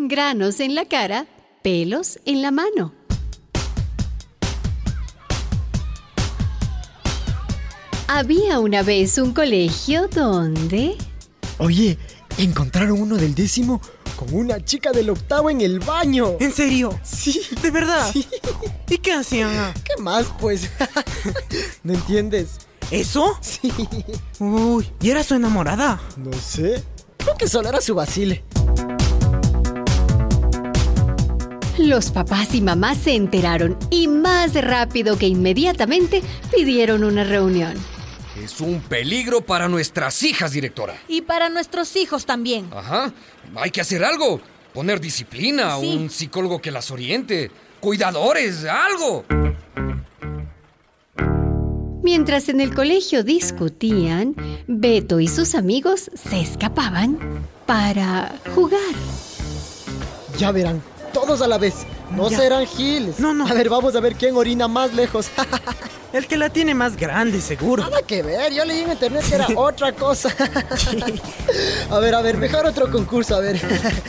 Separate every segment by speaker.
Speaker 1: granos en la cara, pelos en la mano. Había una vez un colegio donde...
Speaker 2: Oye, encontraron uno del décimo con una chica del octavo en el baño.
Speaker 3: ¿En serio?
Speaker 2: Sí.
Speaker 3: ¿De verdad?
Speaker 2: Sí.
Speaker 3: ¿Y qué hacían?
Speaker 2: ¿Qué más, pues? ¿No entiendes?
Speaker 3: ¿Eso?
Speaker 2: Sí.
Speaker 3: Uy, ¿y era su enamorada?
Speaker 2: No sé. Creo que solo era su vacile.
Speaker 1: Los papás y mamás se enteraron y más rápido que inmediatamente pidieron una reunión.
Speaker 4: Es un peligro para nuestras hijas, directora.
Speaker 5: Y para nuestros hijos también.
Speaker 4: Ajá, hay que hacer algo. Poner disciplina,
Speaker 5: Sí.
Speaker 4: un psicólogo que las oriente, cuidadores, algo.
Speaker 1: Mientras en el colegio discutían, Beto y sus amigos se escapaban para jugar.
Speaker 2: Ya verán. Todos a la vez. No
Speaker 3: Ya.
Speaker 2: serán giles.
Speaker 3: No, no.
Speaker 2: A ver, vamos a ver quién orina más lejos.
Speaker 3: El que la tiene más grande, seguro.
Speaker 2: Nada que ver. Yo leí en internet que era otra cosa. a ver, a ver. Mejor otro concurso. A ver.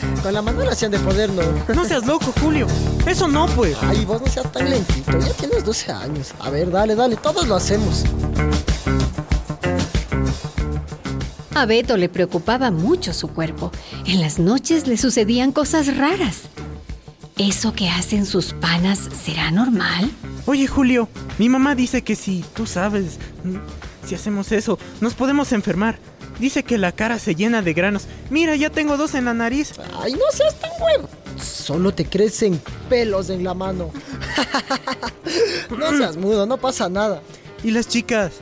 Speaker 2: Con la manolación de poder, no.
Speaker 3: No seas loco, Julio. Eso no, pues.
Speaker 2: Ay, vos no seas tan lentito, ya tienes 12 años. A ver, dale, dale, todos lo hacemos.
Speaker 1: A Beto le preocupaba mucho su cuerpo. En las noches le sucedían cosas raras. ¿Eso que hacen sus panas será normal?
Speaker 3: Oye, Julio, mi mamá dice que si, tú sabes, mm, si hacemos eso, nos podemos enfermar. Dice que la cara se llena de granos. Mira, ya tengo dos en la nariz.
Speaker 2: Ay, no seas tan huevo. Solo te crecen pelos en la mano. no seas mudo, no pasa nada.
Speaker 3: ¿Y las chicas?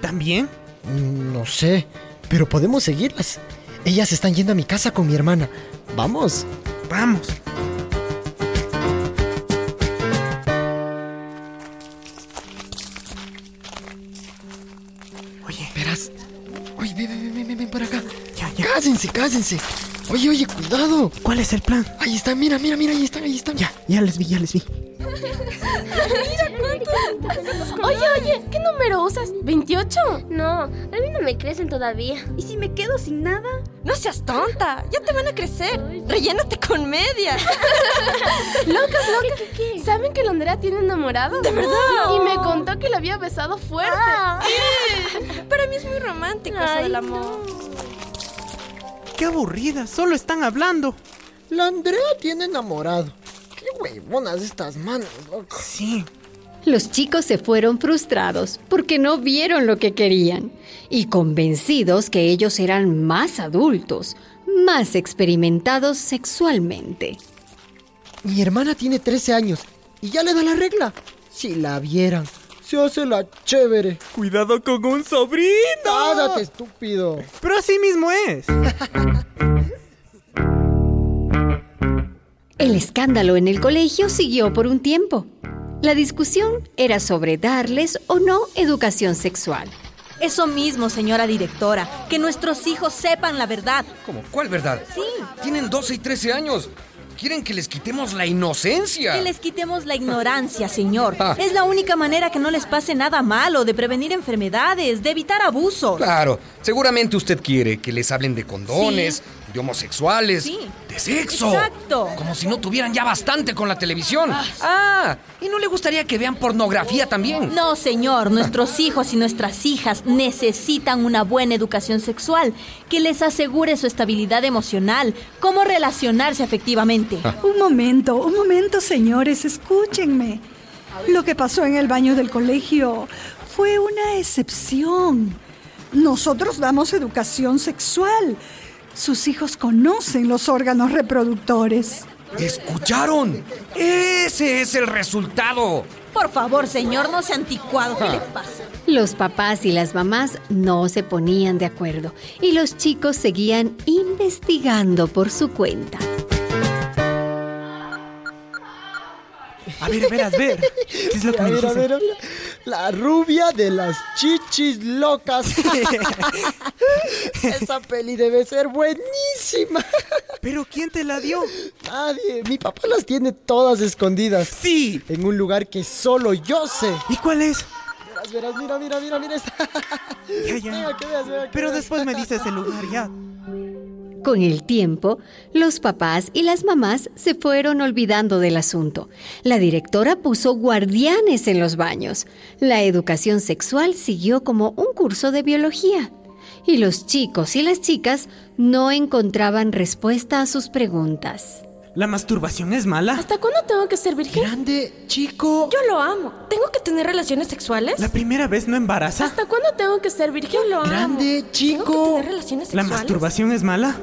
Speaker 3: ¿También?
Speaker 2: Mm, No sé, pero podemos seguirlas. Ellas están yendo a mi casa con mi hermana. Vamos.
Speaker 3: Vamos. Oye,
Speaker 2: Verás. Oye, ven, ven, ven, ven, ven para acá.
Speaker 3: ya, ya.
Speaker 2: Cásense, cásense. Oye, oye, cuidado.
Speaker 3: ¿Cuál es el plan?
Speaker 2: Ahí están, mira, mira, mira, ahí están, ahí están.
Speaker 3: Ya, ya les vi, ya les vi.
Speaker 6: Oye, oye, ¿qué número usas? ¿28?
Speaker 7: No, a mí no me crecen todavía. ¿Y si me quedo sin nada?
Speaker 5: No seas tonta, ya te van a crecer. Rellénate con media.
Speaker 6: Locas, locas.
Speaker 7: ¿Qué, qué?
Speaker 6: ¿Saben que Londra tiene enamorado? ¿De verdad? Y me contó que lo había besado fuerte.
Speaker 8: Ah,
Speaker 5: Para mí es muy romántico eso
Speaker 7: Ay,
Speaker 5: del amor.
Speaker 3: Qué aburrida, solo están hablando.
Speaker 2: La Andrea tiene enamorado. Qué huevonas estas manos, loco.
Speaker 3: Sí.
Speaker 1: Los chicos se fueron frustrados porque no vieron lo que querían y convencidos que ellos eran más adultos, más experimentados sexualmente.
Speaker 2: Mi hermana tiene 13 años y ya le da la regla. Si la vieran, se hace la chévere.
Speaker 3: Cuidado con un sobrino.
Speaker 2: Cásate, estúpido.
Speaker 3: Pero así mismo es.
Speaker 1: El escándalo en el colegio siguió por un tiempo. La discusión era sobre darles o no educación sexual.
Speaker 5: Eso mismo, señora directora, que nuestros hijos sepan la verdad.
Speaker 4: ¿Cómo? ¿Cuál verdad? Sí. Tienen 12 y 13 años. Quieren que les quitemos la inocencia.
Speaker 5: Que les quitemos la ignorancia, señor. Es la única manera que no les pase nada malo, de prevenir enfermedades, de evitar abusos.
Speaker 4: Claro, seguramente usted quiere que les hablen de condones, de homosexuales,
Speaker 5: Sí.
Speaker 4: de sexo.
Speaker 5: Exacto.
Speaker 4: Como si no tuvieran ya bastante con la televisión. Ah, y no le gustaría que vean pornografía también.
Speaker 5: No, señor, nuestros hijos y nuestras hijas necesitan una buena educación sexual que les asegure su estabilidad emocional, cómo relacionarse afectivamente.
Speaker 9: Un momento, un momento, señores, escúchenme. Lo que pasó en el baño del colegio fue una excepción. Nosotros damos educación sexual. Sus hijos conocen los órganos reproductores.
Speaker 4: ¿Escucharon? Ese es el resultado.
Speaker 5: Por favor, señor, no sea anticuado, ¿qué le pasa?
Speaker 1: Los papás y las mamás no se ponían de acuerdo y los chicos seguían investigando por su cuenta.
Speaker 3: A ver, a ver, a ver. ¿Qué es lo que
Speaker 2: A
Speaker 3: me
Speaker 2: ver, a
Speaker 3: dijiste?
Speaker 2: ver, a ver. La rubia de las chichis locas. Esa peli debe ser buenísima.
Speaker 3: ¿Pero quién te la dio?
Speaker 2: Nadie. Mi papá las tiene todas escondidas.
Speaker 3: Sí.
Speaker 2: En un lugar que solo yo sé.
Speaker 3: ¿Y cuál es?
Speaker 2: Verás, verás, mira, mira, mira, mira esta.
Speaker 3: Ya,
Speaker 2: Mira,
Speaker 3: ya.
Speaker 2: que veas, mira, que
Speaker 3: Pero
Speaker 2: veas.
Speaker 3: después me dices el lugar, ya.
Speaker 1: Con el tiempo, los papás y las mamás se fueron olvidando del asunto. La directora puso guardianes en los baños. La educación sexual siguió como un curso de biología. Y los chicos y las chicas no encontraban respuesta a sus preguntas.
Speaker 3: ¿La masturbación es mala?
Speaker 6: ¿Hasta cuándo tengo que ser virgen?
Speaker 4: Grande, chico.
Speaker 8: Yo lo amo. ¿Tengo que tener relaciones sexuales?
Speaker 3: ¿La primera vez no embaraza?
Speaker 6: ¿Hasta cuándo tengo que ser virgen?
Speaker 8: Yo lo amo.
Speaker 4: Grande,
Speaker 8: ¿Tengo que
Speaker 4: chico.
Speaker 8: tener relaciones
Speaker 3: ¿La
Speaker 8: sexuales?
Speaker 3: masturbación es mala?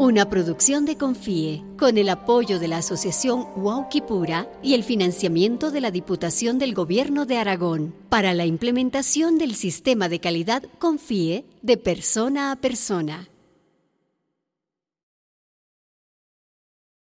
Speaker 1: Una producción de Confíe, con el apoyo de la Asociación Huauquipura y el financiamiento de la Diputación del Gobierno de Aragón para la implementación del sistema de calidad Confíe de persona a persona.